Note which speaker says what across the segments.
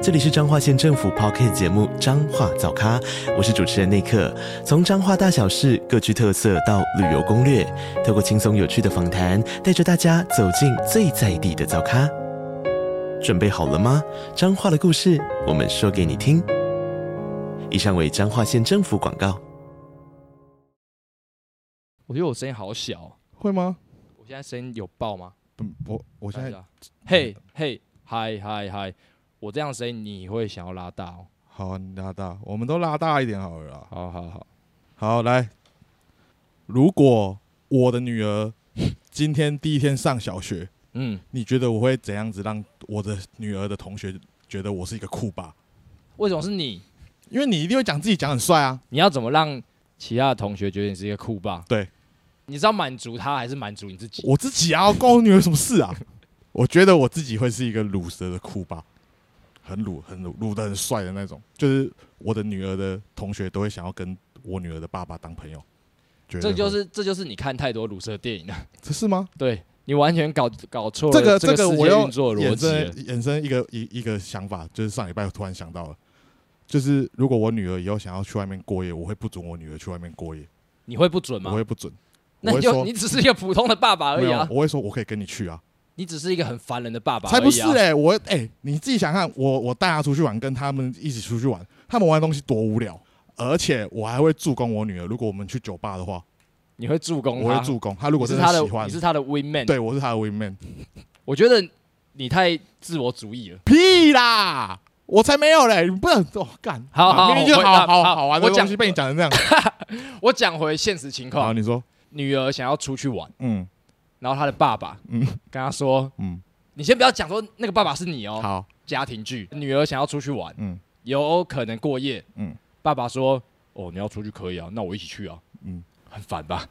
Speaker 1: 这里是彰化县政府 p o c k t 节目《彰化早咖》，我是主持人内克。从彰化大小事各具特色到旅游攻略，透过轻松有趣的访谈，带着大家走进最在地的早咖。准备好了吗？彰化的故事，我们说给你听。以上为彰化县政府广告。
Speaker 2: 我觉得我声音好小，
Speaker 3: 会吗？
Speaker 2: 我现在声音有爆吗？
Speaker 3: 嗯不，我我现
Speaker 2: 看一
Speaker 3: 在
Speaker 2: 下，嘿嘿嗨嗨嗨，我这样声音你会想要拉大哦。
Speaker 3: 好，你拉大，我们都拉大一点好了啦。
Speaker 2: 好好好，
Speaker 3: 好，来，如果我的女儿今天第一天上小学，
Speaker 2: 嗯，
Speaker 3: 你觉得我会怎样子让我的女儿的同学觉得我是一个酷爸？
Speaker 2: 为什么是你？
Speaker 3: 因为你一定会讲自己讲很帅啊。
Speaker 2: 你要怎么让其他的同学觉得你是一个酷爸？
Speaker 3: 对，
Speaker 2: 你是要满足他还是满足你自己？
Speaker 3: 我自己啊，关我女儿什么事啊？ 我觉得我自己会是一个卤蛇的酷爸，很卤、很卤、卤的很帅的那种。就是我的女儿的同学都会想要跟我女儿的爸爸当朋友。绝对
Speaker 2: 这
Speaker 3: 会
Speaker 2: 就是这就是你看太多卤蛇电影了，
Speaker 3: 这是吗？
Speaker 2: 对你完全搞搞错了
Speaker 3: 这个
Speaker 2: 这
Speaker 3: 个
Speaker 2: 世
Speaker 3: 我
Speaker 2: 界
Speaker 3: 要
Speaker 2: 运作的逻
Speaker 3: 衍
Speaker 2: 辑了
Speaker 3: 生。衍生一个一一个想法，就是上礼拜我突然想到了，就是如果我女儿以后想要去外面过夜，我会不准我女儿去外面过夜，
Speaker 2: 你会不准吗？
Speaker 3: 我会不准。
Speaker 2: 那你
Speaker 3: 我
Speaker 2: 就
Speaker 3: 会
Speaker 2: 你只
Speaker 3: 说
Speaker 2: 是一个普通的爸爸而
Speaker 3: 没
Speaker 2: 已
Speaker 3: 有
Speaker 2: 啊，，
Speaker 3: 我会说我可以跟你去啊，
Speaker 2: 你只是一个很烦人的爸爸而已啊。
Speaker 3: 才不是嘞、我哎、你自己想看，我我带她出去玩，跟他们一起出去玩，他们玩的东西多无聊，而且我还会助攻我女儿。如果我们去酒吧的话，
Speaker 2: 你会助攻
Speaker 3: 我
Speaker 2: 他，
Speaker 3: 会助攻她。
Speaker 2: 嗯
Speaker 3: 如
Speaker 2: 你
Speaker 3: 果
Speaker 2: 是
Speaker 3: 真
Speaker 2: 他的，
Speaker 3: 喜欢
Speaker 2: 你，是他的 win man。
Speaker 3: 对我是她的 win man。
Speaker 2: 我觉得你太自我主义了。
Speaker 3: 屁啦！我才没有嘞！你不能哦，干
Speaker 2: 好好
Speaker 3: 明明就
Speaker 2: 我回
Speaker 3: 好
Speaker 2: 答
Speaker 3: 好
Speaker 2: 好
Speaker 3: 好玩的
Speaker 2: 我讲
Speaker 3: 东西被你讲成 这样。
Speaker 2: 我讲回现实情
Speaker 3: 好，
Speaker 2: 况，
Speaker 3: 你说，
Speaker 2: 女儿想要出去玩，
Speaker 3: 嗯
Speaker 2: 然后她的爸爸
Speaker 3: 嗯
Speaker 2: 跟她说
Speaker 3: 嗯，：“
Speaker 2: 你先不要讲说那个爸爸是你哦，
Speaker 3: 好，
Speaker 2: 家庭剧。女儿想要出去玩，
Speaker 3: 嗯
Speaker 2: 有可能过夜。
Speaker 3: 嗯
Speaker 2: 爸爸说：“哦，你要出去可以啊，那我一起去啊。”
Speaker 3: 嗯，
Speaker 2: 很烦吧？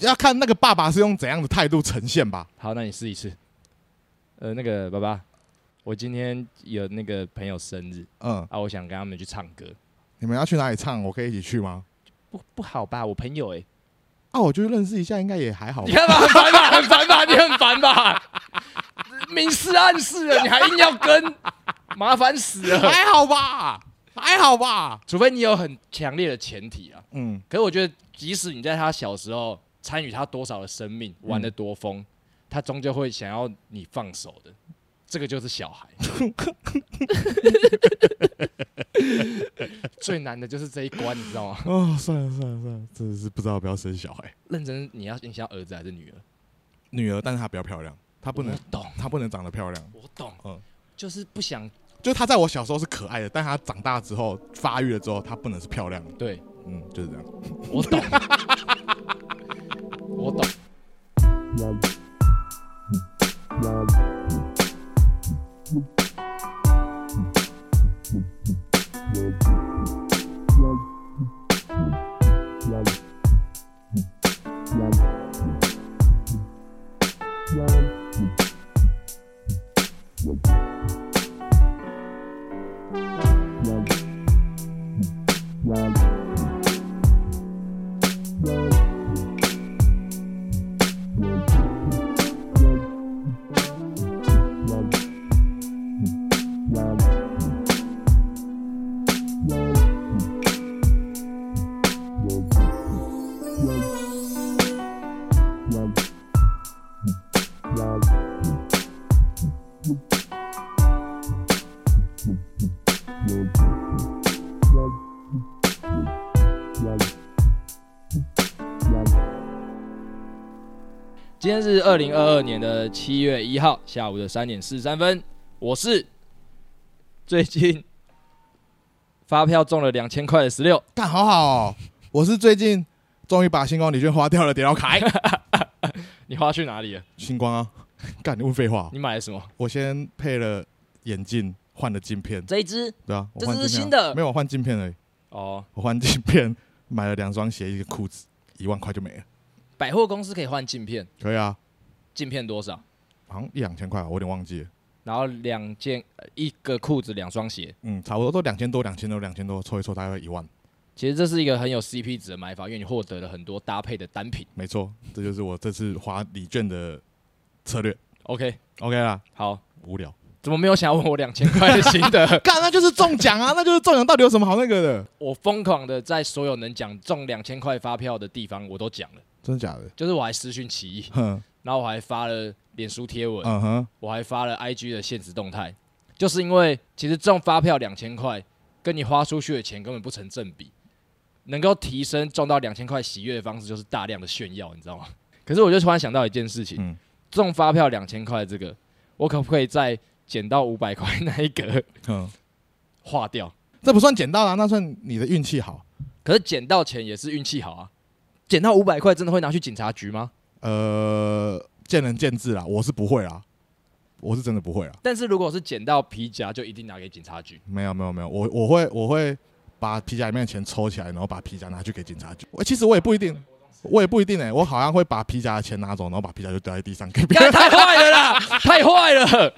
Speaker 3: 要看那个爸爸是用怎样的态度呈现吧。
Speaker 2: 好，那你试一试。呃，那个爸爸，我今天有那个朋友生日
Speaker 3: 嗯，
Speaker 2: 啊，我想跟他们去唱歌，
Speaker 3: 你们要去哪里唱？我可以一起去吗？
Speaker 2: 不不好吧？我朋友哎、
Speaker 3: 啊，我就认识一下，应该也还好 吧
Speaker 2: 你。看吧，很烦吧，很烦吧，你很烦吧，明示暗示了，你还硬要跟，麻烦死了。
Speaker 3: 还好吧，还好吧。
Speaker 2: 除非你有很强烈的前提啊，
Speaker 3: 嗯，
Speaker 2: 可是我觉得，即使你在他小时候参与他多少的生命，
Speaker 3: 嗯
Speaker 2: 玩的多疯，他终究会想要你放手的。这个就是小 孩，最难的就是这一关，你知道吗？
Speaker 3: 哦，算了算了算了，真的是不知道要不要生小孩。
Speaker 2: 认真，你要你想要儿子还是女儿？
Speaker 3: 女儿，但是她比较漂亮，她不能
Speaker 2: 我，懂，
Speaker 3: 她不能长得漂亮。
Speaker 2: 我懂，
Speaker 3: 嗯
Speaker 2: 就是不想
Speaker 3: 就她在我小时候是可爱的，但她长大之后发育了之后，她不能是漂亮的。
Speaker 2: 对。
Speaker 3: 嗯，就是这样。
Speaker 2: 我懂， 我懂。今天是二零二二年的七月一号下午的三点四十三分，我是最近发票中了两千块的十六，
Speaker 3: 干好好、哦，我是最近终于把星光礼券花掉了，点到凯
Speaker 2: 你花去哪里了？
Speaker 3: 星光啊， 干你问废话哦、
Speaker 2: 你买了什么？
Speaker 3: 我先配了眼镜，换了镜片，
Speaker 2: 这一只
Speaker 3: 对啊，我
Speaker 2: 这
Speaker 3: 换
Speaker 2: 是
Speaker 3: 镜片啊
Speaker 2: 新的
Speaker 3: 没有我换镜片而已，
Speaker 2: 哦，
Speaker 3: 我换镜片， 买了两双鞋，一个裤子，一万块就没了，
Speaker 2: 百货公司可以换镜片，
Speaker 3: 可以啊，
Speaker 2: 镜片多少？
Speaker 3: 好像一两千块吧，我有点忘记了。
Speaker 2: 然后两件呃一个裤子两双鞋，
Speaker 3: 嗯，差不多都两千多，两千多，两千多，凑一凑大概一万。
Speaker 2: 其实这是一个很有 CP 值的买法，因为你获得了很多搭配的单品。
Speaker 3: 没错，这就是我这次花礼券的策略。
Speaker 2: OK，
Speaker 3: OK 啦，
Speaker 2: 好，
Speaker 3: 无聊。？
Speaker 2: 怎么没有想要问我两千块的心得
Speaker 3: 干，那就是中奖啊！那就是中奖，到底有什么好那个的？
Speaker 2: 我疯狂的在所有能讲中两千块发票的地方我都讲了，
Speaker 3: 真的假的？
Speaker 2: 就是我还私讯起义，
Speaker 3: 哼，
Speaker 2: 然后我还发了脸书贴文，
Speaker 3: 嗯哼，
Speaker 2: 我还发了 IG 的现实动态，就是因为其实中发票两千块跟你花出去的钱根本不成正比，能够提升中到两千块喜悦的方式就是大量的炫耀，你知道吗？可是我就突然想到一件事情，
Speaker 3: 嗯
Speaker 2: 中发票两千块这个，我可不可以再减到五百块那一格
Speaker 3: 哼，
Speaker 2: 划掉？
Speaker 3: 这不算捡到啦，那算你的运气好。
Speaker 2: 可是减到钱也是运气好啊，减到五百块真的会拿去警察局吗？
Speaker 3: 呃，见仁见智啦，我是不会啦，我是真的不会啦。
Speaker 2: 但是如果是减到皮夹，就一定拿给警察局。
Speaker 3: 没有没有没有，我我会我会把皮夹里面的钱抽起来，然后把皮夹拿去给警察局。我其实我也不一定，我也不一定哎、我好像会把皮夹的钱拿走，然后把皮夹就掉在地上 给别
Speaker 2: 干
Speaker 3: 人。
Speaker 2: 太坏了 啦！太坏了，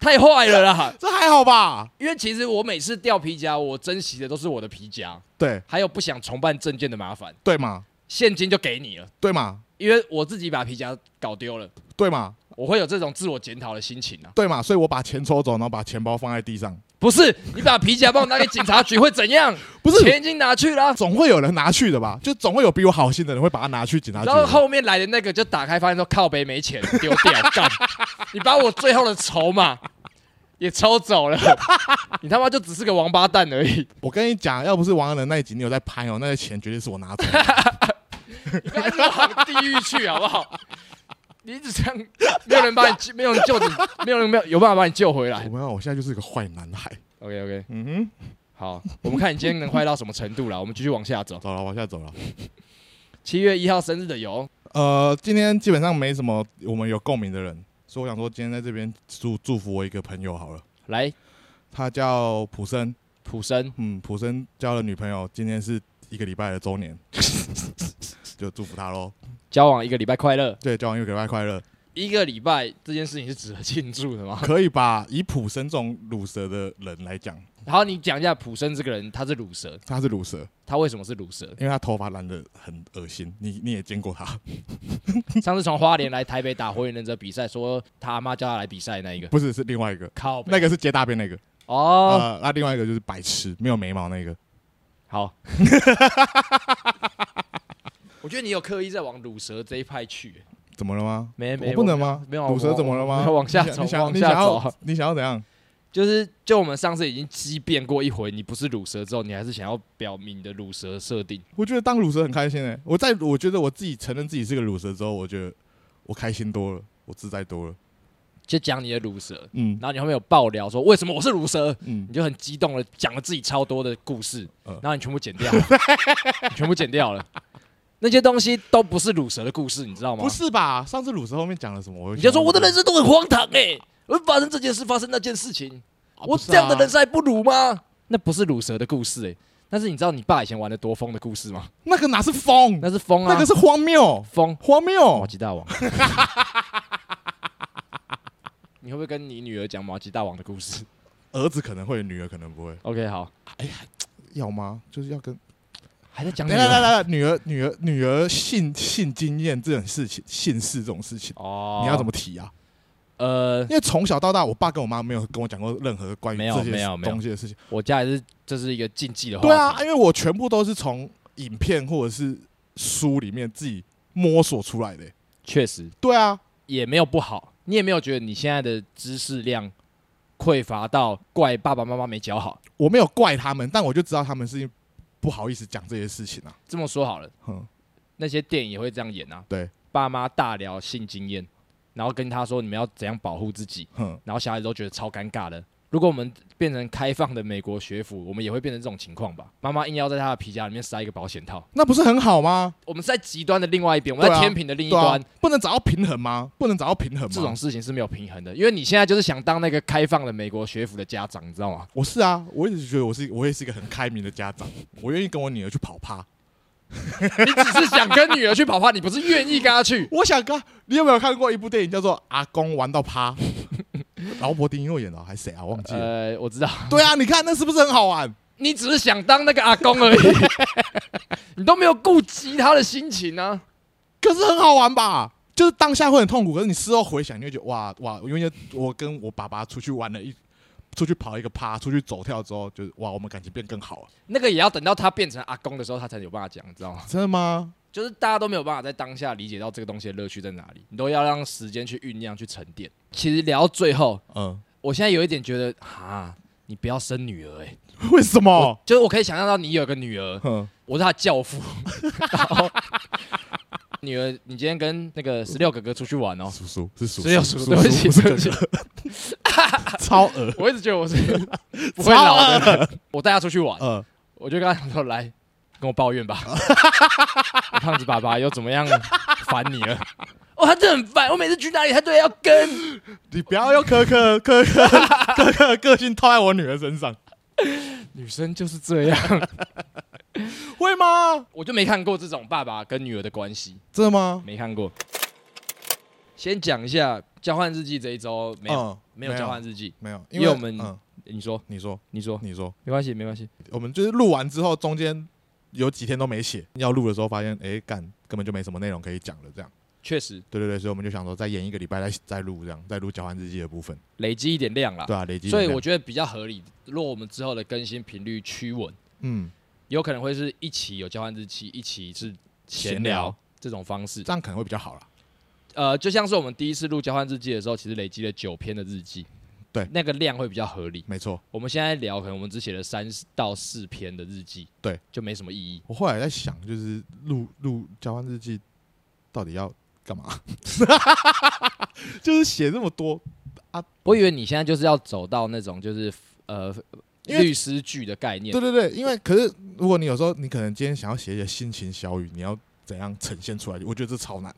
Speaker 2: 太坏了啦！
Speaker 3: 这还好吧？
Speaker 2: 因为其实我每次掉皮夹，我珍惜的都是我的皮夹，
Speaker 3: 对
Speaker 2: 还有不想重办证件的麻烦，
Speaker 3: 对嘛
Speaker 2: 现金就给你了。
Speaker 3: 对嘛
Speaker 2: 因为我自己把皮夹搞丢了，
Speaker 3: 对嘛
Speaker 2: 我会有这种自我检讨的心情啊。
Speaker 3: 对嘛，所以我把钱抽走，然后把钱包放在地上。
Speaker 2: 不是你把皮夹帮我拿给警察局会怎 样？
Speaker 3: 不是
Speaker 2: 钱已经拿去了，
Speaker 3: 总会有人拿去的吧？就总会有比我好心的人会把它拿去警察局
Speaker 2: 然后
Speaker 3: 的。
Speaker 2: 后面来的那个就打开发现说靠北没 钱丢掉，干！你把我最后的筹码也抽走了，你他妈就只是个王八蛋而已。
Speaker 3: 我跟你讲，要不是王安人那一集你有在拍哦，那些钱绝对是我拿走的。
Speaker 2: 不要一直往地狱去，好不好？你一直这样，没有人把你救，没有人救你，没有人没有有办法把你救回来
Speaker 3: 我。没有，我现在就是一个坏男孩。
Speaker 2: OK OK，
Speaker 3: 嗯哼，
Speaker 2: 好，我们看你今天能坏到什么程度了，我们继续往下走。
Speaker 3: 走了，往下走了。
Speaker 2: 七月一号生日的有，
Speaker 3: 呃，今天基本上没什么我们有共鸣的人，所以我想说今天在这边祝祝福我一个朋友好了，
Speaker 2: 来
Speaker 3: 他叫普生，
Speaker 2: 普生，
Speaker 3: 嗯，普生交了女朋友，今天是一个礼拜的周年， 就祝福他喽。
Speaker 2: 交往一个礼拜快乐，
Speaker 3: 对，交往一个礼拜快乐，
Speaker 2: 一个礼拜这件事情是值得庆祝的吗？
Speaker 3: 可以吧？以普生这种乳蛇的人来讲，
Speaker 2: 然后你讲一下普生这个人，他是乳蛇，
Speaker 3: 他是乳蛇，
Speaker 2: 他为什么是乳 蛇？
Speaker 3: 因为他头发染的很恶心，你你也见过他，
Speaker 2: 上次从花莲来台北打火影忍者比赛，说他阿妈叫他来比赛那一个，
Speaker 3: 不是是另外一个，
Speaker 2: 靠北，
Speaker 3: 那个是接大便那个，
Speaker 2: 哦，
Speaker 3: 呃，那、另外一个就是白痴，没有眉毛那个，
Speaker 2: 好，我觉得你有刻意在往乳蛇这一派去，
Speaker 3: 怎么了吗？
Speaker 2: 没
Speaker 3: 我不能吗？
Speaker 2: 没有啊
Speaker 3: 乳蛇怎么了
Speaker 2: 我
Speaker 3: 吗？
Speaker 2: 我往下
Speaker 3: 你想
Speaker 2: 走
Speaker 3: 你想
Speaker 2: 往
Speaker 3: 你
Speaker 2: 下
Speaker 3: 想
Speaker 2: 走
Speaker 3: 要你想要怎样？
Speaker 2: 就是就我们上次已经激辩过一回，你不是乳蛇之后，你还是想要表明你的乳蛇设定，
Speaker 3: 我觉得当乳蛇很开心诶、欸我在我觉得我自己承认自己是个乳蛇之后，我觉得我开心多了，我自在多了。
Speaker 2: 就讲你的乳蛇，
Speaker 3: 嗯
Speaker 2: 然后你后面有爆料说为什么我是乳蛇，
Speaker 3: 嗯
Speaker 2: 你，就很激动的讲了自己超多的故事，
Speaker 3: 嗯
Speaker 2: 然后你全部剪掉了， 你全部剪掉了，那些东西都不是乳蛇的故事，你知道吗？
Speaker 3: 不是吧？上次乳蛇后面讲了什么？我
Speaker 2: 你就说我的人生都很荒唐哎、我发生这件事，发生那件事情，
Speaker 3: 啊哦
Speaker 2: 我这样的人
Speaker 3: 生，
Speaker 2: 生还不如吗？那不是乳蛇的故事哎、但是你知道你爸以前玩的多疯的故事吗？
Speaker 3: 那个哪是疯？
Speaker 2: 那是哦疯啊，
Speaker 3: 嗯那个是哦荒谬，
Speaker 2: 疯，
Speaker 3: 荒
Speaker 2: 马
Speaker 3: 谬。
Speaker 2: 吉大王。你会不会跟你女儿讲马吉大王的故事
Speaker 3: 儿子可能会，女儿可能不会，
Speaker 2: ？OK，好，
Speaker 3: 要吗？就是要跟
Speaker 2: 还在讲女
Speaker 3: 来来来
Speaker 2: 儿
Speaker 3: 来，女儿女儿女儿性性经验这种事情，性事这种事情，
Speaker 2: 哦，
Speaker 3: 你要怎么提啊？
Speaker 2: 呃，
Speaker 3: 因为从小到大，我爸跟我妈没有跟我讲过任何关于
Speaker 2: 没有
Speaker 3: 这
Speaker 2: 没
Speaker 3: 些
Speaker 2: 有没有哦
Speaker 3: 东西的事情。
Speaker 2: 我家也是，这是一个禁忌的话题。
Speaker 3: 对啊，因为我全部都是从影片或者是书里面自己摸索出来的欸、
Speaker 2: 确实
Speaker 3: 对啊，
Speaker 2: 也没有不好，你也没有觉得你现在的知识量匮乏到怪爸爸妈妈没教好。
Speaker 3: 我没有怪他们，但我就知道他们是不好意思讲这些事情啊。
Speaker 2: 这么说好了，
Speaker 3: 哼，
Speaker 2: 那些电影也会这样演啊。
Speaker 3: 对，
Speaker 2: 爸妈大聊性经验，然后跟他说你们要怎样保护自己，
Speaker 3: 哼，
Speaker 2: 然后小孩子都觉得超尴尬的。如果我们变成开放的美国学府，我们也会变成这种情况吧？妈妈硬要在她的皮夹里面塞一个保险套，
Speaker 3: 那不是很好吗？
Speaker 2: 我们是在极端的另外一边，我们在
Speaker 3: 对啊
Speaker 2: 天平的另一
Speaker 3: 对啊
Speaker 2: 端，，
Speaker 3: 不能找到平衡吗？不能找到平衡
Speaker 2: 这种
Speaker 3: 吗？
Speaker 2: 事情是没有平衡的。因为你现在就是想当那个开放的美国学府的家长，你知道吗？
Speaker 3: 我是啊，我一直觉得我是我也是一个很开明的家长，我愿意跟我女儿去跑趴。
Speaker 2: 你只是想跟女儿去跑趴，你不是愿意跟她去。
Speaker 3: 我想看，你有没有看过一部电影叫做《阿公玩 到趴》？劳勃·迪尼洛演的，还是谁啊？忘记了。
Speaker 2: 呃，我知道，
Speaker 3: 对啊，你看那是不是很好玩？
Speaker 2: 你只是想当那个阿公而已， 你都没有顾及她的心情啊。
Speaker 3: 可是很好玩吧？就是当下会很痛苦，可是你事后回想，你会觉得哇哇，因为我跟我爸爸出去玩了一，出去跑一个趴，出去走跳之后，就是哇，我们感情变更好了。
Speaker 2: 那个也要等到他变成阿公的时候，他才有办法讲，你知道吗？
Speaker 3: 真的吗？
Speaker 2: 就是大家都没有办法在当下理解到这个东西的乐趣在哪里，你都要让时间去酝酿、去沉淀。其实聊到最后，
Speaker 3: 嗯，
Speaker 2: 我现在有一点觉得，哈，你不要生女儿、欸，哎，
Speaker 3: 为什么？
Speaker 2: 就是我可以想象到你有个女儿，
Speaker 3: 哼，
Speaker 2: 我是她的教父， 然后女儿，你今天跟那个十六哥哥出去玩哦，
Speaker 3: 啊叔叔是叔叔，
Speaker 2: 十六叔叔，对不起，
Speaker 3: 不是
Speaker 2: 对不起，
Speaker 3: 超额，
Speaker 2: 我一直觉得我 是不会老的人，我带她出去玩，
Speaker 3: 呃，
Speaker 2: 我就跟他讲说：“来，跟我抱怨吧，我胖子爸爸又怎么样烦你了？”哦，他真的很烦，我每次去哪里他都要跟。
Speaker 3: 你不要用苛刻、 苛刻、苛刻的个性套在我女儿身上，
Speaker 2: 女生就是这样，
Speaker 3: 会吗？
Speaker 2: 我就没看过这种爸爸跟女儿的关系，
Speaker 3: 真的吗？
Speaker 2: 没看过。先讲一下交换日记这一周没有、
Speaker 3: 嗯
Speaker 2: 哦没有交换，日记，
Speaker 3: 没有，
Speaker 2: 因为我们
Speaker 3: 嗯，
Speaker 2: 你说
Speaker 3: 你说，
Speaker 2: 你说
Speaker 3: 你说，
Speaker 2: 没关系没关系，
Speaker 3: 我们就是录完之后，中间有几天都没写，要录的时候发现，哎，干根本就没什么内容可以讲了，这样。
Speaker 2: 确实
Speaker 3: 对对对，所以我们就想说，再演一个礼拜再再录这样，再录交换日记的部分，
Speaker 2: 累积一点量啦。
Speaker 3: 对啊，累积能
Speaker 2: 所
Speaker 3: 量。
Speaker 2: 以我觉得比较合理。若我们之后的更新频率趋稳，
Speaker 3: 嗯，
Speaker 2: 有可能会是一起有交换日期，一起是闲
Speaker 3: 闲
Speaker 2: 聊
Speaker 3: 聊
Speaker 2: 这种方式。
Speaker 3: 这样可能会比较好啦。
Speaker 2: 呃，就像是我们第一次录交换日记的时候，其实累积了九篇的日记，
Speaker 3: 对
Speaker 2: 那个量会比较合理。
Speaker 3: 没错，
Speaker 2: 我们现在聊，可能我们只写了三到四篇的日记，
Speaker 3: 对，
Speaker 2: 就没什么意义。
Speaker 3: 我后来在想，就是录录交换日记到底要干嘛？ 就是写这么多，
Speaker 2: 我以为你现在就是要走到那种就是呃
Speaker 3: 因为
Speaker 2: 律师剧的概念
Speaker 3: 对，对对，因为可是如果你有时候你可能今天想要写一些心情小语，你要怎样呈现出来？我觉得这超难，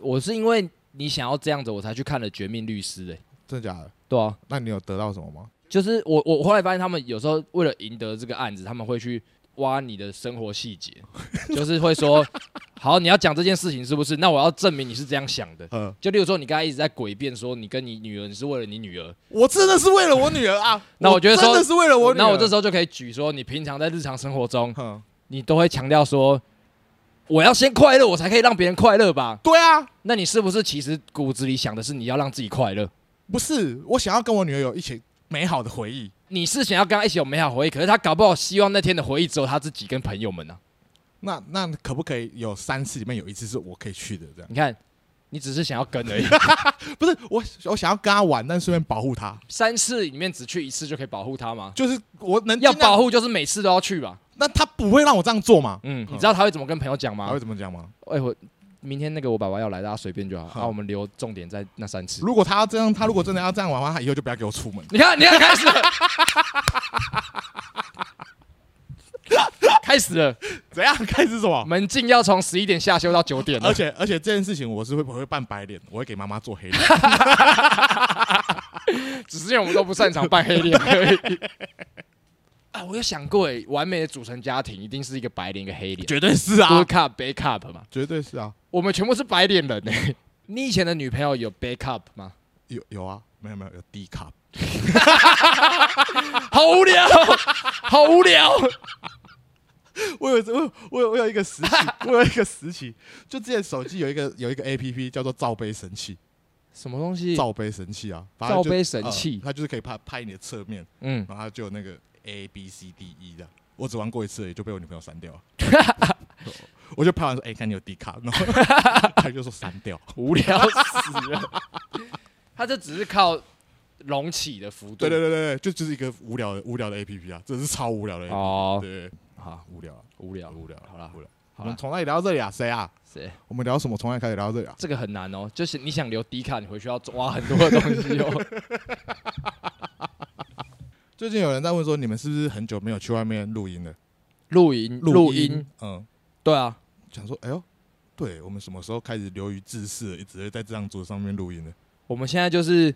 Speaker 2: 我是因为你想要这样子，我才去看了《绝命律师》欸诶，
Speaker 3: 真的假的？
Speaker 2: 对啊，
Speaker 3: 那你有得到什么吗？
Speaker 2: 就是我我后来发现，他们有时候为了赢得这个案子，他们会去挖你的生活细 节，就是会说，好，你要讲这件事情是不是？那我要证明你是这样想的。
Speaker 3: 呃，
Speaker 2: 就例如说，你刚才一直在诡辩说你跟你女儿，你是为了你女儿，
Speaker 3: 我真的是为了我女儿啊！
Speaker 2: 那我觉得说
Speaker 3: 真的是为了我女儿。嗯
Speaker 2: 那我这时候就可以举说，你平常在日常生活中，
Speaker 3: 哼，
Speaker 2: 你都会强调说，我要先快乐，我才可以让别人快乐吧？
Speaker 3: 对啊，
Speaker 2: 那你是不是其实骨子里想的是你要让自己快乐？
Speaker 3: 不是，我想要跟我女儿有一起美好的回忆。
Speaker 2: 你是想要跟她一起有美好回忆，可是她搞不好希望那天的回忆只有她自己跟朋友们啊呢、
Speaker 3: 那那可不可以有三次里面有一次是我可以去的？这样
Speaker 2: 你看，你只是想要跟而 已。
Speaker 3: 不是我，我想要跟她玩，但顺便保护她，
Speaker 2: 三次里面只去一次就可以保护他吗？
Speaker 3: 就是我能
Speaker 2: 要
Speaker 3: 尽量
Speaker 2: 保，护就是每次都要去吧。
Speaker 3: 那她不会让我这样做嘛？
Speaker 2: 嗯，你知道他会怎么跟朋友讲
Speaker 3: 她
Speaker 2: 吗
Speaker 3: 会？怎么讲吗？
Speaker 2: 哎、我明天那个我爸爸要来，大家随便就好。啊
Speaker 3: 好
Speaker 2: 那、我们留重点在那三次。
Speaker 3: 如果她要这样，她如果真的要这样玩的话，她以后就不要给我出门。
Speaker 2: 你看，你看，开始了，开始了，
Speaker 3: 怎样？开始什么？
Speaker 2: 门禁要从十一点下修到九点
Speaker 3: 嗯而
Speaker 2: 了。
Speaker 3: 且而且这件事情我是会我会扮白脸，我会给妈妈做黑 脸。
Speaker 2: 只是因为我们都不擅长扮黑脸而已。啊，我有想过，哎，完美的组成家庭一定是一个白脸一个黑脸
Speaker 3: 绝对是啊
Speaker 2: ，good，cup bad cup 嘛。
Speaker 3: 绝对是啊，
Speaker 2: 我们全部是白脸人欸呢、 你以前的女朋友有 backup 吗？
Speaker 3: 有有啊，没有没有有 D 卡，
Speaker 2: 好无 聊，好无聊。
Speaker 3: 我有我有我有我有一个时期，我有一个时期，就之前手机有一个有一个 A P P 叫做罩杯神器，
Speaker 2: 什么东西？
Speaker 3: 罩杯神器啊，反正就
Speaker 2: 嗯罩杯神器
Speaker 3: 呃它就是可以拍拍你的侧面，
Speaker 2: 嗯，
Speaker 3: 然后它就有那个 A B C D E 的，我只玩过一次而已，就被我女朋友删 掉了。我就拍完说：“哎、看你有 D 卡。”然 后他就说删掉。
Speaker 2: 无聊死了。 他这只是靠隆起的幅度。
Speaker 3: 对对对对对，就就是一个无聊的无聊的 A P P 啊，真的是超无聊的 A P P。
Speaker 2: 哦，
Speaker 3: 对，
Speaker 2: 好
Speaker 3: 无聊啊，
Speaker 2: 无聊，
Speaker 3: 无聊啊，
Speaker 2: 好啦
Speaker 3: 无聊。
Speaker 2: 好
Speaker 3: 我
Speaker 2: 啦
Speaker 3: 们从哪里聊到这里啊？谁啊？
Speaker 2: 谁？
Speaker 3: 我们聊什么？从哪里开始聊到这里啊？
Speaker 2: 这个很难哦，就是你想留低卡，你回去要挖很多的东西哦。
Speaker 3: 最近有人在问说，你们是不是很久没有去外面录音了？
Speaker 2: 录音，录音，，
Speaker 3: 嗯，
Speaker 2: 对啊，
Speaker 3: 想说，哎呦，对我们什么时候开始流于自视，一直会在这张桌上面录音的？
Speaker 2: 我们现在就是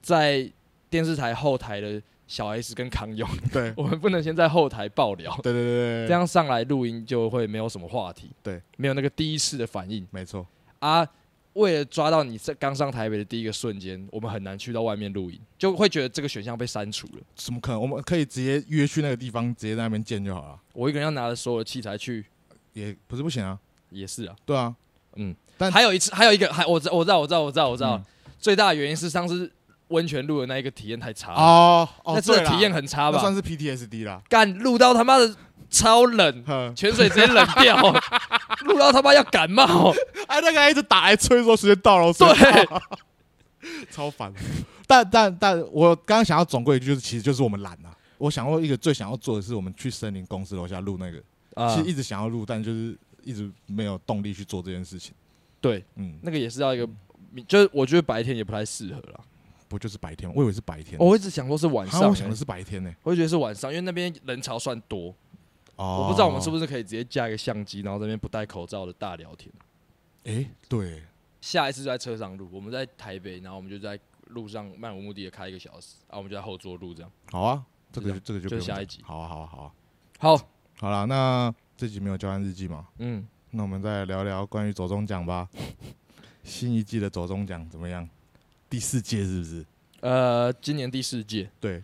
Speaker 2: 在电视台后台的小 S 跟康 永，
Speaker 3: 对
Speaker 2: 我们不能先在后台爆聊，
Speaker 3: 对对对对，
Speaker 2: 这样上来录音就会没有什么话题，
Speaker 3: 嗯对，
Speaker 2: 没有那个第一次的反应
Speaker 3: 没错，
Speaker 2: 啊。为了抓到你在刚上台北的第一个瞬间，我们很难去到外面录音，就会觉得这个选项被删除了。
Speaker 3: 怎么可能？我们可以直接约去那个地方，直接在那边见就好了，
Speaker 2: 我一个人要拿着所有的器材去，
Speaker 3: 也不是不行啊，
Speaker 2: 也是啊。
Speaker 3: 对啊，
Speaker 2: 嗯，
Speaker 3: 但嗯
Speaker 2: 还有一次，还有一个，还我知我知道我知道我知道我知道，最大的原因是上次温泉录的那一个体验太差了，
Speaker 3: 哦
Speaker 2: 啊
Speaker 3: 哦，
Speaker 2: 那次的
Speaker 3: 对啦
Speaker 2: 体验很差
Speaker 3: 那算
Speaker 2: 吧？
Speaker 3: 是 PTSD 啦，
Speaker 2: 干录到他妈的超 冷，
Speaker 3: 哼，
Speaker 2: 泉水直接冷 掉，录到他妈要感冒。
Speaker 3: 哎，那个还一直打来催说时间到了，时间
Speaker 2: 对
Speaker 3: 到了超烦。但但但我刚刚想要总归一句，就是其实就是我们懒啊。我想过一个最想要做的是，我们去森林公司楼下录那个，
Speaker 2: 啊
Speaker 3: 其实一直想要录，但就是一直没有动力去做这件事情。
Speaker 2: 对，
Speaker 3: 嗯，
Speaker 2: 那个也是要一个，就是我觉得白天也不太适合啦。
Speaker 3: 不就是白天？我以为是白天，
Speaker 2: 我一直想说是晚
Speaker 3: 好
Speaker 2: 上、
Speaker 3: 像我想的
Speaker 2: 欸
Speaker 3: 是白天呢。
Speaker 2: 哦我会觉得是晚上，因为那边人潮算多，
Speaker 3: 哦
Speaker 2: 我不知道我们是不是可以直接架一个相机，然后在那边不戴口罩的大聊天。
Speaker 3: 是？哎，对，
Speaker 2: 下一次就在车上录，我们在台北，然后我们就在路上漫无目的的开一个小时，啊，我们就在后座录这样。
Speaker 3: 好啊，这个
Speaker 2: 就
Speaker 3: 就这个就
Speaker 2: 就
Speaker 3: 不用
Speaker 2: 下
Speaker 3: 讲
Speaker 2: 一集
Speaker 3: 好啊，好啊，好啊，
Speaker 2: 好，
Speaker 3: 好啦，那这集没有交换日记吗？
Speaker 2: 嗯，
Speaker 3: 那我们再聊聊关于走中 奖吧。新一季的走中奖怎么样？第四届是不是？
Speaker 2: 呃，今年第四届，
Speaker 3: 对，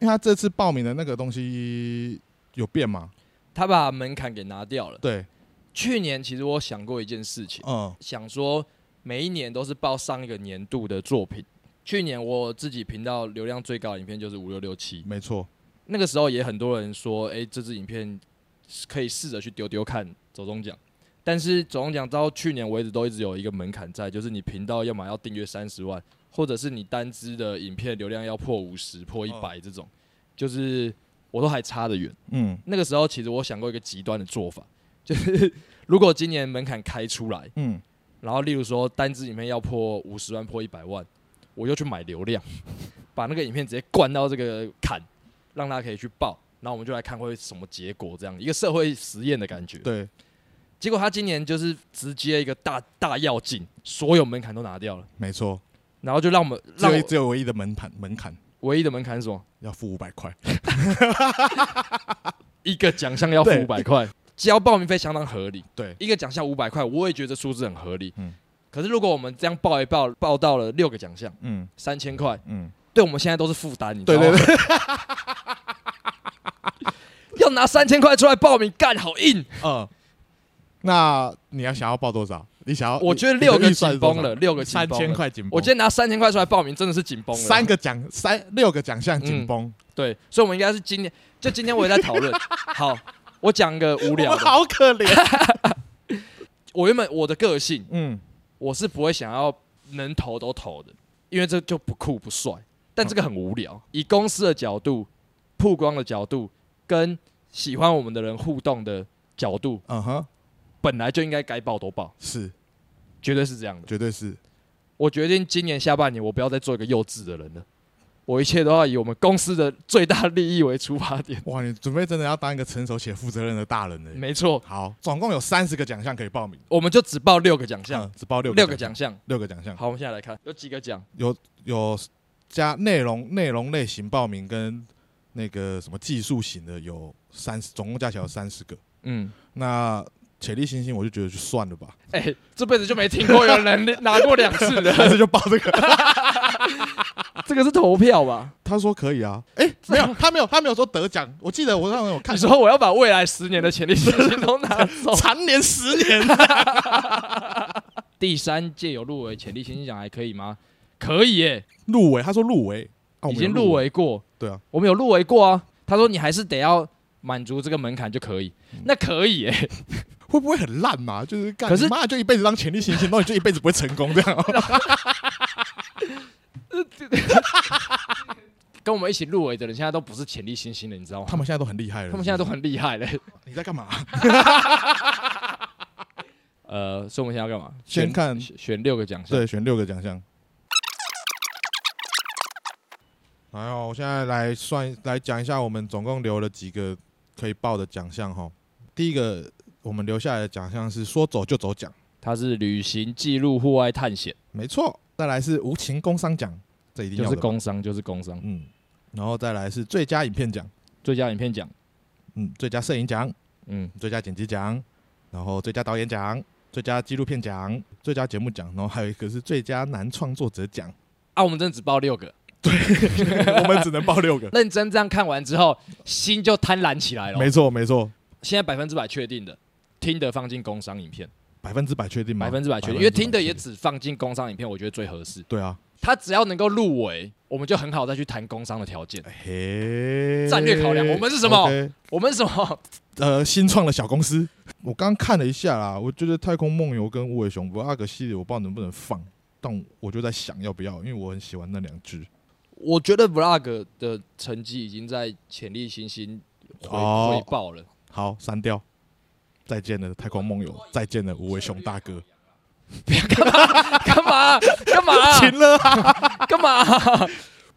Speaker 3: 因为他这次报名的那个东西有变嘛？
Speaker 2: 他把门槛给拿掉了。
Speaker 3: 对，
Speaker 2: 去年其实我想过一件事情，
Speaker 3: 嗯，
Speaker 2: 想说每一年都是报上一个年度的作品。去年我自己频道流量最高的影片就是五六六七，
Speaker 3: 没错，
Speaker 2: 那个时候也很多人说，诶，这支影片可以试着去丢丢看走中奖。但是走中奖到去年为止都一直有一个门槛在，就是你频道要么要订阅三十万，或者是你单支的影片流量要破五十、破一百这种，就是我都还差得远。
Speaker 3: 嗯
Speaker 2: 那个时候其实我想过一个极端的做法，就是如果今年门槛开出来，
Speaker 3: 嗯，
Speaker 2: 然后例如说单支影片要破五十万、破一百万，我就去买流量， 把那个影片直接灌到这个坎，让大家可以去报，然后我们就来看会什么结果，这样一个社会实验的感觉。
Speaker 3: 对，
Speaker 2: 结果他今年就是直接一个大大要进，所有门槛都拿掉了，
Speaker 3: 没错，
Speaker 2: 然后就让我们
Speaker 3: 只
Speaker 2: 让
Speaker 3: 有
Speaker 2: 我
Speaker 3: 只有唯一的门槛门槛
Speaker 2: 唯一的门槛是什么？
Speaker 3: 要付五百块，
Speaker 2: 一个奖项要付
Speaker 3: 对
Speaker 2: 五百块，交报名费相当合理。
Speaker 3: 对，
Speaker 2: 一个奖项五百块，我也觉得数字很合理。
Speaker 3: 嗯
Speaker 2: 可是如果我们这样报一报，报到了六个奖项，
Speaker 3: 嗯
Speaker 2: 三千块，
Speaker 3: 嗯，
Speaker 2: 对我们现在都是负担，你知
Speaker 3: 对
Speaker 2: 道吗？
Speaker 3: 对对，
Speaker 2: 要拿三千块出来报名，干好硬。
Speaker 3: 嗯，那你要想要报多少？你想要？
Speaker 2: 我觉得
Speaker 3: 哦你
Speaker 2: 六个
Speaker 3: 你的预算是
Speaker 2: 紧绷
Speaker 3: 多少
Speaker 2: 了，六个紧
Speaker 3: 三
Speaker 2: 绷
Speaker 3: 千
Speaker 2: 了。
Speaker 3: 块紧绷，
Speaker 2: 我今天拿三千块出来报名，真的是紧绷了。
Speaker 3: 三个奖三六个奖项紧
Speaker 2: 嗯
Speaker 3: 绷，
Speaker 2: 对，所以我们应该是今天，就今天我也在讨 论。好，我讲个无
Speaker 3: 我
Speaker 2: 聊的。
Speaker 3: 们好可怜，
Speaker 2: 我原本我的个性，
Speaker 3: 嗯。
Speaker 2: 我是不会想要能投都投的，因为这就不酷不帅。但这个很无聊。以公司的角度、曝光的角度、跟喜欢我们的人互动的角度，
Speaker 3: 嗯哼，
Speaker 2: 本来就应该该报都报，
Speaker 3: 是，
Speaker 2: 绝对是这样的。
Speaker 3: 绝对是，
Speaker 2: 我决定今年下半年我不要再做一个幼稚的人了，我一切都要以我们公司的最大利益为出发点。
Speaker 3: 哇，你准备真的要当一个成熟且负责任的大人了耶。
Speaker 2: 没错，
Speaker 3: 好，总共有三十个奖项可以报名，
Speaker 2: 我们就只报六个奖项，
Speaker 3: 嗯只报六
Speaker 2: 啊六个奖，嗯项。
Speaker 3: 六个奖项，
Speaker 2: 好，我们现在来看有几个奖，
Speaker 3: 有有加内容内容类型报名跟那个什么技术型的有三十，总共加起来有三十个。
Speaker 2: 嗯，
Speaker 3: 那潜力新星，我就觉得就算了 吧，
Speaker 2: 哎、这辈子就没听过有人拿过两次的，
Speaker 3: 但是就报这个。
Speaker 2: 这个是投票吧？
Speaker 3: 他说可以啊，哎，没有，他没有，他没有说得奖。我记得我上次有看。
Speaker 2: 你，说我要把未来十年的潜力新星都拿走
Speaker 3: 蝉联十年，
Speaker 2: 第三届有入围潜力新星奖还可以吗？可以耶、
Speaker 3: 入围，他说入围，啊我
Speaker 2: 已
Speaker 3: 们有
Speaker 2: 经入围过，
Speaker 3: 对啊，
Speaker 2: 我们有入围过啊。他说你还是得要满足这个门槛就可以，那可以耶、
Speaker 3: 会不会很烂嘛？就是干，
Speaker 2: 可是
Speaker 3: 你妈就一辈子当潜力新星，然后你就一辈子不会成功这 样。
Speaker 2: 跟我们一起入围的人，现在都不是潜力新星了，你知 道吗？
Speaker 3: 他们现在都很厉害了，
Speaker 2: 他们现在都很厉害嘞。
Speaker 3: 你在干嘛？
Speaker 2: 呃，所以我们现在要干嘛？
Speaker 3: 先
Speaker 2: 选
Speaker 3: 看
Speaker 2: 选选六个奖项。，
Speaker 3: 对，选六个奖项。来哦，我现在来算来讲一下，我们总共留了几个可以报的奖项哈。第一个我们留下来的奖项是说走就走奖，
Speaker 2: 它是旅行记录、户外探险，
Speaker 3: 没错。再来是无情工商奖，这一定
Speaker 2: 就
Speaker 3: 要
Speaker 2: 是
Speaker 3: 的吧，
Speaker 2: 工商，就是工商。
Speaker 3: 嗯。然后再来是最佳影片奖，
Speaker 2: 最佳影片奖，
Speaker 3: 嗯，最佳摄影奖，
Speaker 2: 嗯，
Speaker 3: 最佳剪辑奖，然后最佳导演奖，最佳纪录片奖，最佳节目奖，然后还有一个是最佳男创作者奖。
Speaker 2: 啊，我们真的只报六个，
Speaker 3: 我们只能报六 个。
Speaker 2: 认真这样看完之后，心就贪婪起来了。
Speaker 3: 没错，没错，
Speaker 2: 现在百分之百确定的，听的放进工商影片，
Speaker 3: 百分之嗯百确定吗？
Speaker 2: 百分之百确定，因为听的也只放进工商影片，我觉得最合适。
Speaker 3: 对啊。
Speaker 2: 他只要能够入围，我们就很好再去谈工商的条件。
Speaker 3: 嘿，
Speaker 2: 战略考量我们是什么
Speaker 3: OK
Speaker 2: 我们什么？
Speaker 3: 呃，新创的小公司。我刚刚看了一下啦，我觉得《太空梦游》跟《无尾熊不阿个系列，我不知道能不能放，但我就在想要不要，因为我很喜欢那两只。
Speaker 2: 我觉得 vlog 的成绩已经在潜力新星回
Speaker 3: 哦
Speaker 2: 回报了。
Speaker 3: 好，删掉。再见了，《太空梦游》，再见了，无尾熊大哥。
Speaker 2: 干嘛？干嘛？
Speaker 3: 停了 啊、
Speaker 2: 干嘛？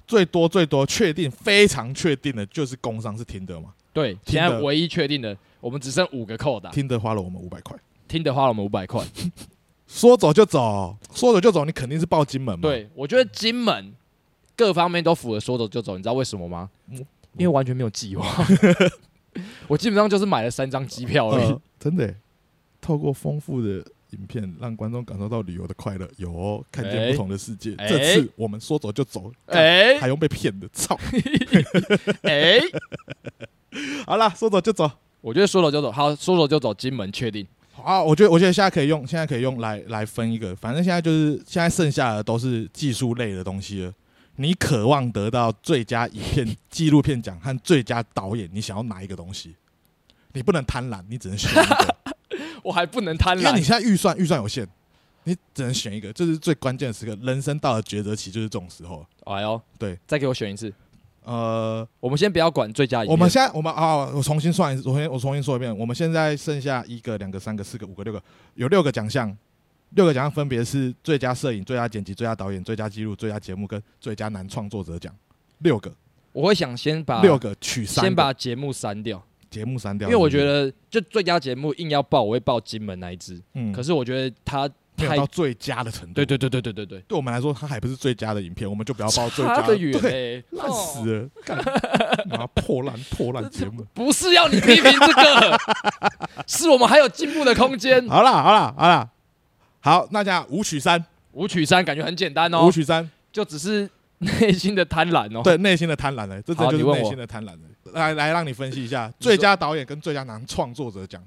Speaker 3: 最多最多确定，非常确定的就是工商是听的嘛，
Speaker 2: 对，
Speaker 3: 听
Speaker 2: 现
Speaker 3: 的
Speaker 2: 在唯一确定的，我们只剩五个扣打。
Speaker 3: 听的花了我们五百块。
Speaker 2: 听的花了我们五百块。
Speaker 3: 嗯说走就走，说走就走，你肯定是报金门嘛。，
Speaker 2: 对，我觉得金门各方面都符合说走就走，你知道为什么吗？
Speaker 3: 嗯
Speaker 2: 因为完全没有 计划，我基本上就是买了三张机票而已。
Speaker 3: 呃、真的耶，透过丰富的影片，让观众感受到旅游的快乐，有哦、看见
Speaker 2: 哎
Speaker 3: 不同的世界。
Speaker 2: 哎
Speaker 3: 这次我们说走就走，干
Speaker 2: 哎
Speaker 3: 还用被骗的，操！
Speaker 2: 哎，
Speaker 3: 好啦，说走就走。
Speaker 2: 我觉得说走就走，好，说走就走，金门确定。
Speaker 3: 好，我觉得我觉得现在可以用，现在可以用来来分一个，反正现在就是现在剩下的都是技术类的东西了。你渴望得到最佳影片、纪录片奖和最佳导演，你想要哪一个东西？你不能贪婪，你只能选一个。
Speaker 2: 我还不能贪
Speaker 3: 因为你
Speaker 2: 婪，
Speaker 3: 现在预算预算有限，你只能选一个，这是最关键的时刻。人生到了抉择期，就是这种时候。
Speaker 2: 哎呦，
Speaker 3: 对，
Speaker 2: 再给我选一次。
Speaker 3: 呃，
Speaker 2: 我们先不要管最佳影片，
Speaker 3: 我们现在我们啊、我重新算一次，我重新我重新说一遍，我们现在剩下一个、两个、三个、四个、五个、六个，有六个奖项，六个奖项分别是最佳摄影、最佳剪辑、最佳导演、最佳纪录、最佳节目跟最佳男创作者奖。六个，
Speaker 2: 我会想先把
Speaker 3: 六个取三个，
Speaker 2: 啊先把节目删掉，
Speaker 3: 节目删掉，
Speaker 2: 因为我觉
Speaker 3: 是
Speaker 2: 得就最佳节目硬要报，我会报金门那一支，
Speaker 3: 不是，嗯，
Speaker 2: 可是我觉得它
Speaker 3: 没有
Speaker 2: 太
Speaker 3: 到最佳的程度。
Speaker 2: 对，对对对对对对，
Speaker 3: 对我们来说，它还不是最佳的影片，我们就不要报最佳
Speaker 2: 差得远
Speaker 3: 对，
Speaker 2: 嘞，
Speaker 3: 烂
Speaker 2: 哦
Speaker 3: 死了，干， 妈破烂破烂节目。
Speaker 2: 不是要你批评这个， 是我们还有进步的空间。
Speaker 3: 好啦好啦好啦，好，那这样五取三，
Speaker 2: 五曲三感觉很简单
Speaker 3: 五
Speaker 2: 哦，
Speaker 3: 取三，
Speaker 2: 就只是内心的贪婪哦。
Speaker 3: 对内心的贪婪欸了，这真的
Speaker 2: 好啊
Speaker 3: 就
Speaker 2: 你
Speaker 3: 是
Speaker 2: 问
Speaker 3: 内
Speaker 2: 我
Speaker 3: 心的贪婪了。来来，让你分析一下最佳导演跟最佳男创作者奖，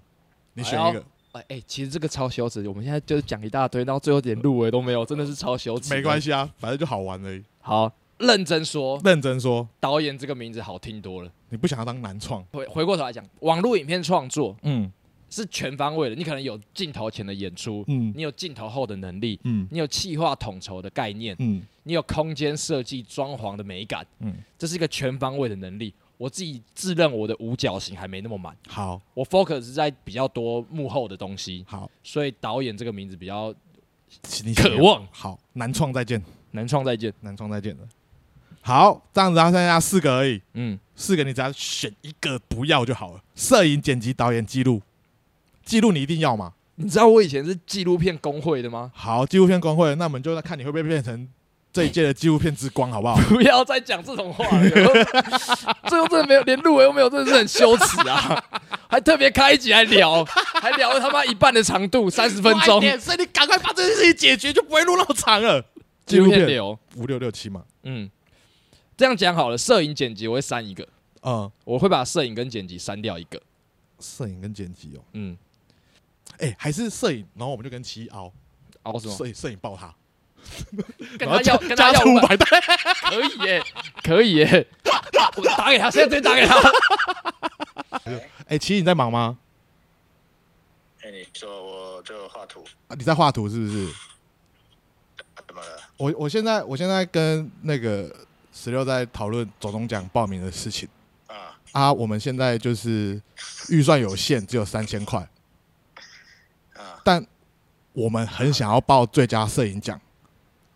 Speaker 3: 你选一
Speaker 2: 哎
Speaker 3: 个，
Speaker 2: 哎哎，其实这个超羞耻，我们现在就是讲一大堆，到最后点入围都没有，真的是超羞耻。
Speaker 3: 没关
Speaker 2: 系，
Speaker 3: 系啊，反正就好玩而已。
Speaker 2: 好，认真说，
Speaker 3: 认真说，
Speaker 2: 导演这个名字好听多了。
Speaker 3: 你不想要当男创，
Speaker 2: 回回过头来讲，网络影片创作
Speaker 3: 嗯
Speaker 2: 是全方位的，你可能有镜头前的演出，
Speaker 3: 嗯
Speaker 2: 你有镜头后的能力，
Speaker 3: 嗯
Speaker 2: 你有气化统筹的概念，
Speaker 3: 嗯
Speaker 2: 你有空间设计、装潢的美感，
Speaker 3: 嗯，
Speaker 2: 这是一个全方位的能力。我自己自认我的五角形还没那么满，
Speaker 3: 好
Speaker 2: 我 focus 在比较多幕后的东西，
Speaker 3: 好，
Speaker 2: 所以导演这个名字比较
Speaker 3: 请你选一
Speaker 2: 渴
Speaker 3: 个
Speaker 2: 望。
Speaker 3: 好男创再见，
Speaker 2: 能创再见，
Speaker 3: 男创再见了。好，这样子，然后啊剩下四个而已，
Speaker 2: 嗯，
Speaker 3: 四个你只要选一个不要就好了。摄影、剪辑、导演、记录，记录你一定要嘛。
Speaker 2: 你知道我以前是纪录片工会的吗？
Speaker 3: 好，纪录片光会，那我们就看你会不会变成这一届的纪录片之光，好不好？
Speaker 2: 不要再讲这种话 了，最后真的没有连入围都没有，真的是很羞耻 啊！还特别开一集来聊，还聊了他妈一半的长度， 三十分钟，
Speaker 3: 所以你赶快把这件事情解决，就不会录那么长了。纪录
Speaker 2: 片
Speaker 3: 片
Speaker 2: 流，
Speaker 3: 五六六七嘛，
Speaker 2: 嗯，这样讲好了，摄影剪辑我会删一个，
Speaker 3: 嗯，
Speaker 2: 我会把摄影跟剪辑删掉一个，
Speaker 3: 摄影跟剪辑哦，
Speaker 2: 嗯，
Speaker 3: 哎，还是摄影，然后我们就跟七凹
Speaker 2: 熬什么？
Speaker 3: 摄影摄影爆他，
Speaker 2: 啊跟他
Speaker 3: 然后
Speaker 2: 要
Speaker 3: 加
Speaker 2: 跟他
Speaker 3: 加
Speaker 2: 要
Speaker 3: 出五
Speaker 2: 500
Speaker 3: 百单，
Speaker 2: 可以耶，可以耶，我打给他，现在直接打给 他。
Speaker 3: 哎，七你在忙吗？
Speaker 4: 哎，你说我这个画图
Speaker 3: 啊你在画图是不是？
Speaker 4: 怎么了？
Speaker 3: 我我现在我现在跟那个十六在讨论总中奖报名的事情
Speaker 4: 啊，
Speaker 3: 啊，我们现在就是预算有限，只有三千块。
Speaker 4: 啊，
Speaker 3: 但我们很想要报最佳摄影奖，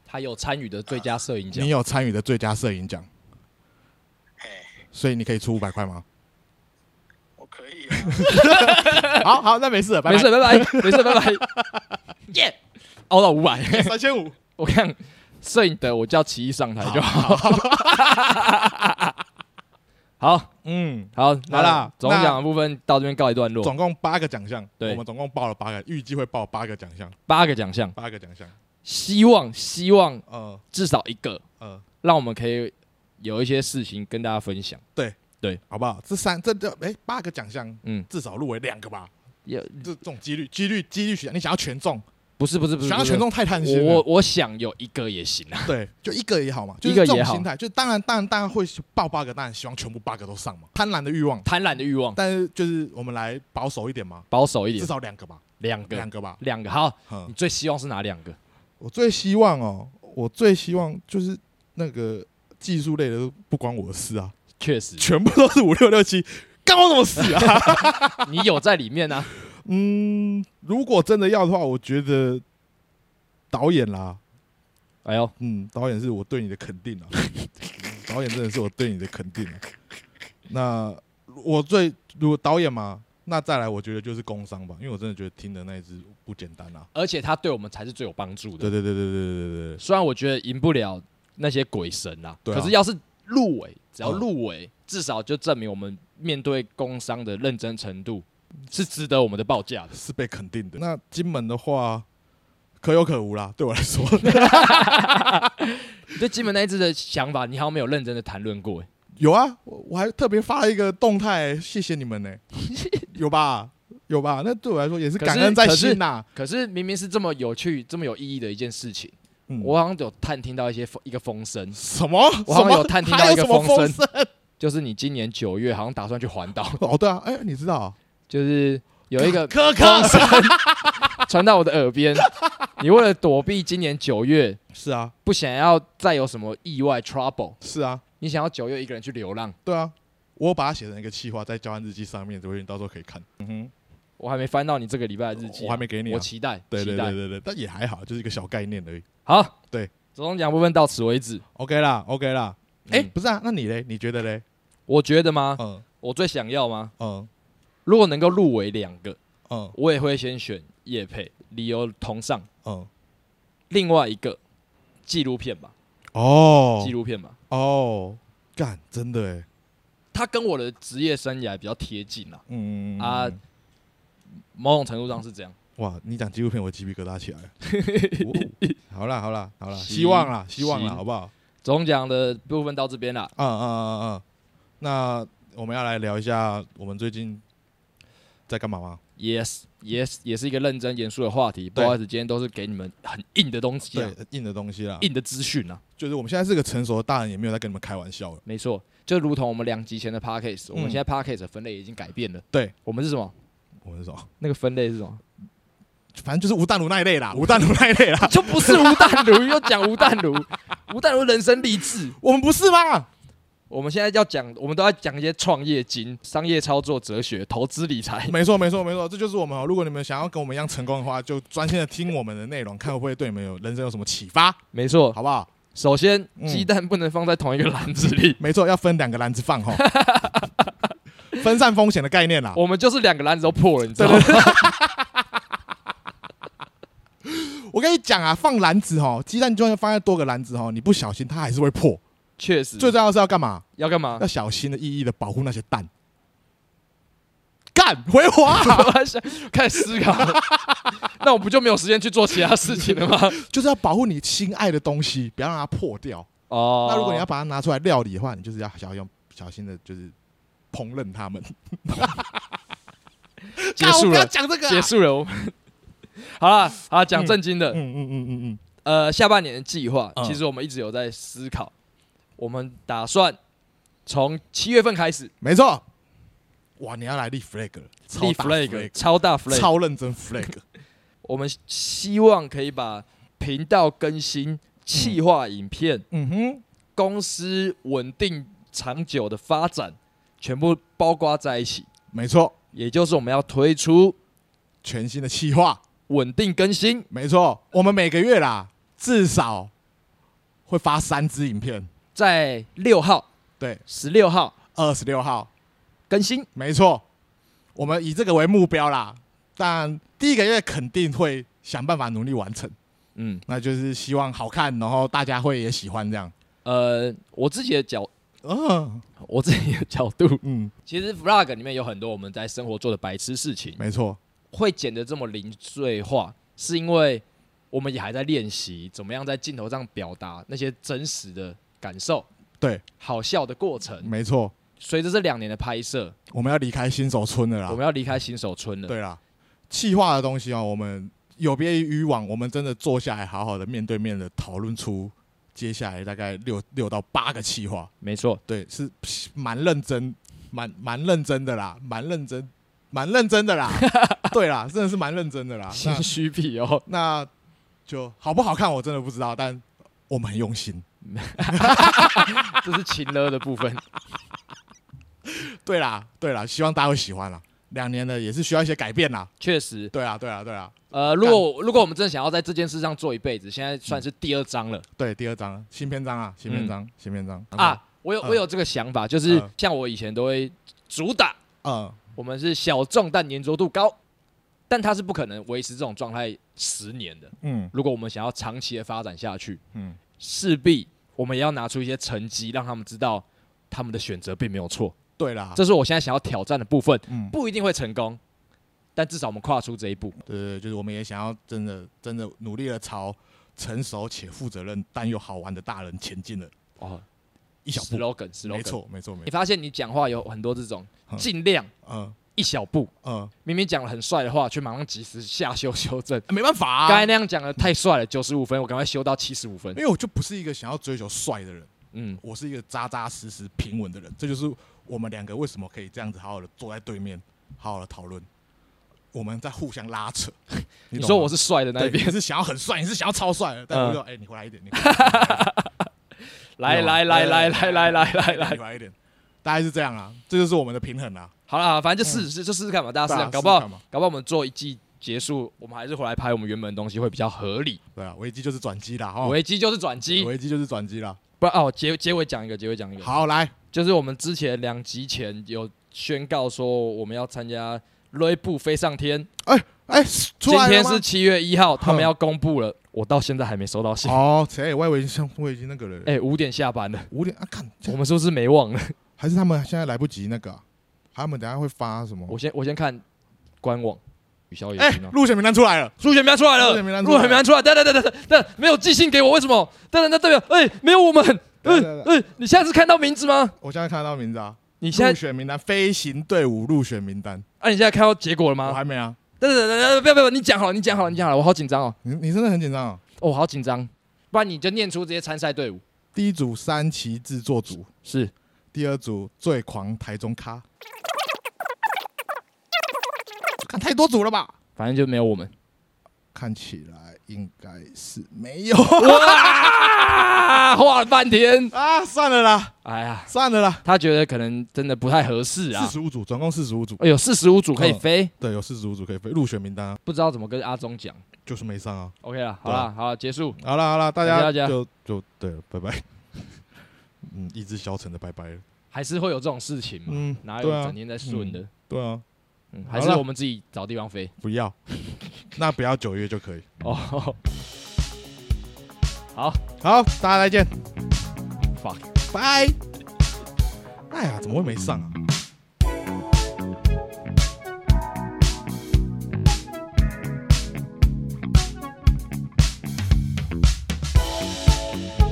Speaker 2: 他有参与的最佳摄影奖
Speaker 3: 你，有参与的最佳摄影奖，
Speaker 4: 嘿，
Speaker 3: 所以你可以出五百块吗？
Speaker 4: 我可以啊。
Speaker 3: 好好，那没事了，拜拜
Speaker 2: 没事，，拜拜，没事，拜拜。耶，熬到五百，
Speaker 3: 三千五。
Speaker 2: 我看摄影的，我叫奇艺上台就好。 好
Speaker 3: 嗯，
Speaker 2: 好，
Speaker 3: 好
Speaker 2: 那
Speaker 3: 啦
Speaker 2: 总
Speaker 3: 那
Speaker 2: 奖的部分到这边告一段落，
Speaker 3: 总共八个奖项，
Speaker 2: 对
Speaker 3: 我们总共报了八个，预计会报八个奖项，
Speaker 2: 八个奖项，
Speaker 3: 八个奖项，
Speaker 2: 希望希望
Speaker 3: 呃
Speaker 2: 至少一个，
Speaker 3: 呃，
Speaker 2: 让我们可以有一些事情跟大家分享。
Speaker 3: 好不好？这三这这哎八个奖项
Speaker 2: 嗯，
Speaker 3: 至少入围两个吧，
Speaker 2: 也
Speaker 3: 这这种几率几率几率选，你想要全中，
Speaker 2: 不是不是不是，
Speaker 3: 想要
Speaker 2: 不是
Speaker 3: 全中太贪心
Speaker 2: 我我
Speaker 3: 了，
Speaker 2: 我想有一个也行啊，
Speaker 3: 对，就一个也好嘛，就
Speaker 2: 一
Speaker 3: 是
Speaker 2: 个
Speaker 3: 这
Speaker 2: 也
Speaker 3: 种
Speaker 2: 好
Speaker 3: 心态，就当然当然大家会报八个，当然希望全部八个都上嘛，贪婪的欲望，
Speaker 2: 贪婪的欲望，
Speaker 3: 但是就是我们来保守一点嘛，
Speaker 2: 保守一
Speaker 3: 至
Speaker 2: 点，
Speaker 3: 少两个吧，
Speaker 2: 两个
Speaker 3: 两个吧，
Speaker 2: 两个好，
Speaker 3: 嗯
Speaker 2: 你，最希望是哪两个？
Speaker 3: 我最希望哦，我最希望就是那个技术类的都不关我的事啊，
Speaker 2: 确 实，
Speaker 3: 全部都是五六六七，干我什么事啊？
Speaker 2: 你有在里 面啊，
Speaker 3: 嗯，如果真的要的话，我觉得导演啦，
Speaker 2: 哎呦，
Speaker 3: 嗯，导演是我对你的肯定啊，导演真的是我对你的肯定、啊。那我最如果导演嘛，那再来我觉得就是工商吧，因为我真的觉得听的那一支不简单啊。
Speaker 2: 而且他对我们才是最有帮助
Speaker 3: 对
Speaker 2: 的。
Speaker 3: 对对对对对对对，
Speaker 2: 虽然我觉得赢不了那些鬼神啦，
Speaker 3: 对啊
Speaker 2: 可是要是入围，只要
Speaker 3: 嗯
Speaker 2: 入围，至少就证明我们面对工商的认真程度是值得我们的报价的。
Speaker 3: 是被肯定的。那金门的话，可有可无啦，对我来说。
Speaker 2: 你对金门那一支的想法，你好像没有认真的谈论过、欸。
Speaker 3: 有啊，我我还特别发了一个动态，谢谢你们呢、有吧？有吧？那对我来说也是感恩在心呐、
Speaker 2: 可是明明是这么有趣、这么有意义的一件事情，
Speaker 3: 嗯
Speaker 2: 我好像有探听到一些风一个风声，
Speaker 3: 什么？
Speaker 2: 我好
Speaker 3: 什
Speaker 2: 像
Speaker 3: 么
Speaker 2: 有探听
Speaker 3: 还
Speaker 2: 到
Speaker 3: 有
Speaker 2: 一个
Speaker 3: 什么
Speaker 2: 风
Speaker 3: 风
Speaker 2: 声， 就是你今年九月好像打算去环 岛，
Speaker 3: 哦，对啊，哎、你知道啊、
Speaker 2: 就是有一个
Speaker 3: 可
Speaker 2: 风声传到我的耳边，你为了躲避今年九月
Speaker 3: 是啊，
Speaker 2: 不想要再有什么意外 trouble，
Speaker 3: 是啊，
Speaker 2: 你想要九月一个人去流浪，
Speaker 3: 对啊，我有把它写成一个企划在交换日记上面，所以你到时候可以看。嗯哼，
Speaker 2: 我还没翻到你这个礼拜的日记啊、
Speaker 3: 我还没给你啊
Speaker 2: 我期待，
Speaker 3: 对对
Speaker 2: 期
Speaker 3: 对
Speaker 2: 待。
Speaker 3: 对对，但也还好，就是一个小概念而已。
Speaker 2: 好，
Speaker 3: 对，
Speaker 2: 总奖部分到此为止。
Speaker 3: OK 啦，OK 啦。哎、
Speaker 2: 嗯啊
Speaker 3: 不是啊，那你嘞？你觉得嘞？
Speaker 2: 我觉得吗？
Speaker 3: 嗯
Speaker 2: 我最想要吗？
Speaker 3: 嗯
Speaker 2: 如果能够入围两个，
Speaker 3: 嗯
Speaker 2: 我也会先选叶配，理由同上。
Speaker 3: 嗯，
Speaker 2: 另外一个纪录片吧，
Speaker 3: 哦
Speaker 2: 纪录片吧，
Speaker 3: 哦，干，真的哎、
Speaker 2: 它跟我的职业生涯比较贴近啦，
Speaker 3: 嗯
Speaker 2: 啊某种程度上是这样。
Speaker 3: 哇，你讲纪录片，我鸡皮疙瘩起来了。 哦好啦，好啦，好啦，
Speaker 2: 行
Speaker 3: 希望啦，希望啦，
Speaker 2: 行
Speaker 3: 好不好？
Speaker 2: 总奖的部分到这边啦，
Speaker 3: 嗯嗯嗯嗯。那我们要来聊一下我们最近在干嘛吗？
Speaker 2: Yes, Yes，也是一个认真严肃的话题。不
Speaker 3: 对
Speaker 2: 好意思，今天都是给你们很硬的东西、啊
Speaker 3: 对，，硬的东西啦，
Speaker 2: 硬的资讯啊。
Speaker 3: 就是我们现在是个成熟的大人，也没有在跟你们开玩笑了。
Speaker 2: 没错，就如同我们两集前的 p a c k a g e 我们
Speaker 3: 嗯
Speaker 2: 现在 p a c k a g e 分类已经改变了。
Speaker 3: 对，
Speaker 2: 我们是什么？
Speaker 3: 我们是什么？
Speaker 2: 那个分类是什么？
Speaker 3: 反正就是无弹如那 一类啦，无弹如那一类啦。
Speaker 2: 就不是吴淡如， 又讲吴淡如，吴淡如人生励志。
Speaker 3: 我们不是吧？
Speaker 2: 我们现在要讲，我们都要讲一些创业经、商业操作哲学、投资理财。
Speaker 3: 没错，没错，没错，这就是我们哦。如果你们想要跟我们一样成功的话，就专心的听我们的内容，看会不会对你们有人生有什么启发，
Speaker 2: 没错，
Speaker 3: 好不好？
Speaker 2: 首先
Speaker 3: 嗯
Speaker 2: 鸡蛋不能放在同一个篮子里，
Speaker 3: 没错，要分两个篮子 放哈，分散风险的概念啦。
Speaker 2: 我们就是两个篮子都破了，你知道吗？
Speaker 3: 我跟你讲啊，放篮子哦，鸡蛋就算放在多个篮子哦，你不小心它还是会破。
Speaker 2: 确实，
Speaker 3: 最重要的是要干嘛？
Speaker 2: 要干嘛
Speaker 3: 要？小心的翼翼的保护那些蛋。干 回滑
Speaker 2: 我想开始思考，那我不就没有时间去做其他事情 了吗？
Speaker 3: 就是要保护你心爱的东西，不要让它破掉。
Speaker 2: 哦，
Speaker 3: 那如果你要把它拿出来料理的话，你就是要小心小心的，就是烹饪它们。
Speaker 2: 结束
Speaker 3: 干我不要
Speaker 2: 了，
Speaker 3: 讲这个啊、
Speaker 2: 结束了，我们 好了，好啦讲正经的
Speaker 3: 嗯。，嗯嗯嗯嗯
Speaker 2: 呃，下半年的计划，
Speaker 3: 嗯
Speaker 2: 其实我们一直有在思考，我们打算从七月份开始
Speaker 3: 嗯，没错。哇，你要来立 flag 了，超
Speaker 2: 立
Speaker 3: 大
Speaker 2: flag 超大 flag，
Speaker 3: 超认真 flag。
Speaker 2: 我们希望可以把频道更新、企划影片、
Speaker 3: 嗯哼，
Speaker 2: 公司稳定长久的发展，全部包括在一起。
Speaker 3: 没错，
Speaker 2: 也就是我们要推出
Speaker 3: 全新的企划，
Speaker 2: 稳定更新，
Speaker 3: 没错，我们每个月啦，至少会发三支影片，
Speaker 2: 在六号、
Speaker 3: 对，
Speaker 2: 十六号
Speaker 3: 二十六号，
Speaker 2: 更新。
Speaker 3: 没错，我们以这个为目标啦。但第一个月肯定会想办法努力完成，
Speaker 2: 嗯，
Speaker 3: 那就是希望好看，然后大家会也喜欢这样。
Speaker 2: 呃，我自己的角，
Speaker 3: 嗯
Speaker 2: 我自己的角度，
Speaker 3: 嗯，
Speaker 2: 其实 vlog 里面有很多我们在生活做的白痴事情，
Speaker 3: 没错，
Speaker 2: 会剪得这么零碎化，是因为我们也还在练习怎么样在镜头上表达那些真实的感受、
Speaker 3: 对，
Speaker 2: 好笑的过程。
Speaker 3: 没错，
Speaker 2: 随着这两年的拍摄，
Speaker 3: 我们要离开新手村了
Speaker 2: 我
Speaker 3: 啦。
Speaker 2: 们要离开新手村了。
Speaker 3: 对啦，气化的东西啊，我们有别于以往，我们真的坐下来好好的面对面的讨论出接下来大概六六到八个气化，
Speaker 2: 没错，
Speaker 3: 对，是蛮认真，蛮蛮认真的啦，蛮认真，蛮认 真的啦。对啦，真的是蛮认真的啦。
Speaker 2: 心
Speaker 3: 那
Speaker 2: 虚屁 哦，
Speaker 3: 那就好不好看，我真的不知道，但我们很用心。
Speaker 2: 这是情勒的部分。
Speaker 3: 对啦，对啦，希望大家会喜欢啦。两年了，也是需要一些改变啦。
Speaker 2: 确实，
Speaker 3: 对啊，对啊，对啊，
Speaker 2: 呃，如果如果我们真的想要在这件事上做一辈子，现在算是第二章了、
Speaker 3: 对，第二章了新篇章啊，新篇章，新篇章。
Speaker 2: 嗯啊。我有
Speaker 3: 嗯
Speaker 2: 我有这个想法，就是
Speaker 3: 嗯
Speaker 2: 像我以前都会主打
Speaker 3: 嗯，
Speaker 2: 我们是小众但粘着度高，但它是不可能维持这种状态十年的。
Speaker 3: 嗯
Speaker 2: 如果我们想要长期的发展下去，
Speaker 3: 嗯，
Speaker 2: 势必我们也要拿出一些成绩，让他们知道他们的选择并没有错。
Speaker 3: 对啦，
Speaker 2: 这是我现在想要挑战的部分，
Speaker 3: 啊嗯，
Speaker 2: 不一定会成功，但至少我们跨出这一步。
Speaker 3: 对对，对就是我们也想要真的真的努力的朝成熟且负责任但又好玩的大人前进了
Speaker 2: 哦，
Speaker 3: 一小步。
Speaker 2: slogan，slogan，
Speaker 3: 没。错，没错，没
Speaker 2: 你
Speaker 3: 错。
Speaker 2: 发现你讲话有很多这种
Speaker 3: 嗯
Speaker 2: 尽量
Speaker 3: 嗯
Speaker 2: 一小步，
Speaker 3: 嗯，
Speaker 2: 明明讲了很帅的话，却马上及时下修 修正。
Speaker 3: 没办法
Speaker 2: 刚才
Speaker 3: 啊，
Speaker 2: 那样讲的太帅了，九十五分，我赶快修到七十五分
Speaker 3: 因。为我就不是一个想要追求帅的人。
Speaker 2: 嗯，
Speaker 3: 我是一个扎扎实实平稳的人，这就是我们两个为什么可以这样子好好的坐在对面，好好的讨论，我们在互相拉 扯。
Speaker 2: 你
Speaker 3: 懂吗
Speaker 2: 说我是帅的那一
Speaker 3: 对，
Speaker 2: 边
Speaker 3: 你，是想要很帅，你是想要超帅的，但
Speaker 2: 嗯
Speaker 3: 我就说，哎、你回来一点，你回来一点
Speaker 2: 来
Speaker 3: 对
Speaker 2: 来来来来来来来
Speaker 3: 你
Speaker 2: 来，
Speaker 3: 回来一点，大概是这样啊，这就是我们的平衡啊。
Speaker 2: 好了，反正就试试，就试试看嘛，大家试试看，
Speaker 3: 对
Speaker 2: 搞不
Speaker 3: 啊
Speaker 2: 好
Speaker 3: 试试看嘛
Speaker 2: 搞不好我们做一季结束，我们还是回来拍我们原本的东西会比较合理。
Speaker 3: 对啊，危机就是转机啦，哈，
Speaker 2: 危机就是转机，
Speaker 3: 危机就是转机啦。
Speaker 2: 不然哦，结结尾讲一个，结尾讲一个，
Speaker 3: 好，来，
Speaker 2: 就是我们之前两集前有宣告说我们要参加。瑞布飞上天，
Speaker 3: 哎、出
Speaker 2: 今
Speaker 3: 来了
Speaker 2: 天
Speaker 3: 吗
Speaker 2: 是七月一号，他们
Speaker 3: 哼
Speaker 2: 要公布了，我到现在还没收到信。
Speaker 3: 哦，谁？我以为像我已经那个了，
Speaker 2: 哎，五点下班 了，
Speaker 3: 五点啊，看，
Speaker 2: 我们是不是没忘了？
Speaker 3: 还是他们现在来不及那个啊、他们等一下会发什么
Speaker 2: 我？先我先看官网，雨潇也
Speaker 3: 哎、
Speaker 2: 听到。
Speaker 3: 入选名单出来了。
Speaker 2: 入哦选名单出来了，
Speaker 3: 入选名单出来
Speaker 2: 入
Speaker 3: 了
Speaker 2: 选名单出来，等等等等等，等没有寄信给我，为什么？等等，那代表哎，没有我们，
Speaker 3: 对
Speaker 2: 嗯
Speaker 3: 对对
Speaker 2: 嗯，你下次看到名字吗？
Speaker 3: 我现在看得到名字啊，
Speaker 2: 你现
Speaker 3: 入
Speaker 2: 在
Speaker 3: 选名单，飞行队伍入选名单，
Speaker 2: 啊，你现在看到结果了
Speaker 3: 我
Speaker 2: 吗？
Speaker 3: 还没啊。
Speaker 2: 等等等等，不要不要，你讲好了，你讲好了，你讲好了，我好紧张哦，
Speaker 3: 你你真的很紧张哦。
Speaker 2: 哦，我好紧张，不然你就念出这些参赛队伍
Speaker 3: 第一组三旗制作组，
Speaker 2: 是
Speaker 3: 第二组最狂台中咖，看太多组了吧？
Speaker 2: 反正就没有我们。
Speaker 3: 看起来应该是没有
Speaker 2: 哇， 画了半天，
Speaker 3: 啊，算了啦，
Speaker 2: 哎呀，
Speaker 3: 算了啦。
Speaker 2: 他觉得可能真的不太合适
Speaker 3: 四
Speaker 2: 啊。
Speaker 3: 十五嗯组，总共四十五组，
Speaker 2: 哎呦，四十五组可以飞，
Speaker 3: 对，有四十五组可以飞入选名单、啊，
Speaker 2: 不知道怎么跟阿忠讲。
Speaker 3: 就是没上啊。
Speaker 2: OK 了，好了，好啦，结束。
Speaker 3: 好了好了，大
Speaker 2: 大
Speaker 3: 家
Speaker 2: 家
Speaker 3: 就就对了，拜 拜。嗯，意志消沉的拜拜了。
Speaker 2: 还是会有这种事情嘛？
Speaker 3: 嗯，
Speaker 2: 哪有
Speaker 3: 对啊
Speaker 2: 整，天在顺的？
Speaker 3: 对啊，
Speaker 2: 嗯，
Speaker 3: 好
Speaker 2: 还
Speaker 3: 啦
Speaker 2: 是我们自己找地方飞
Speaker 3: 不要， 那不要九月就可以。
Speaker 2: 哦。 好
Speaker 3: 好，大家再见，
Speaker 2: ，fuck。
Speaker 3: 拜。哎呀，怎么会没上啊？
Speaker 5: Thank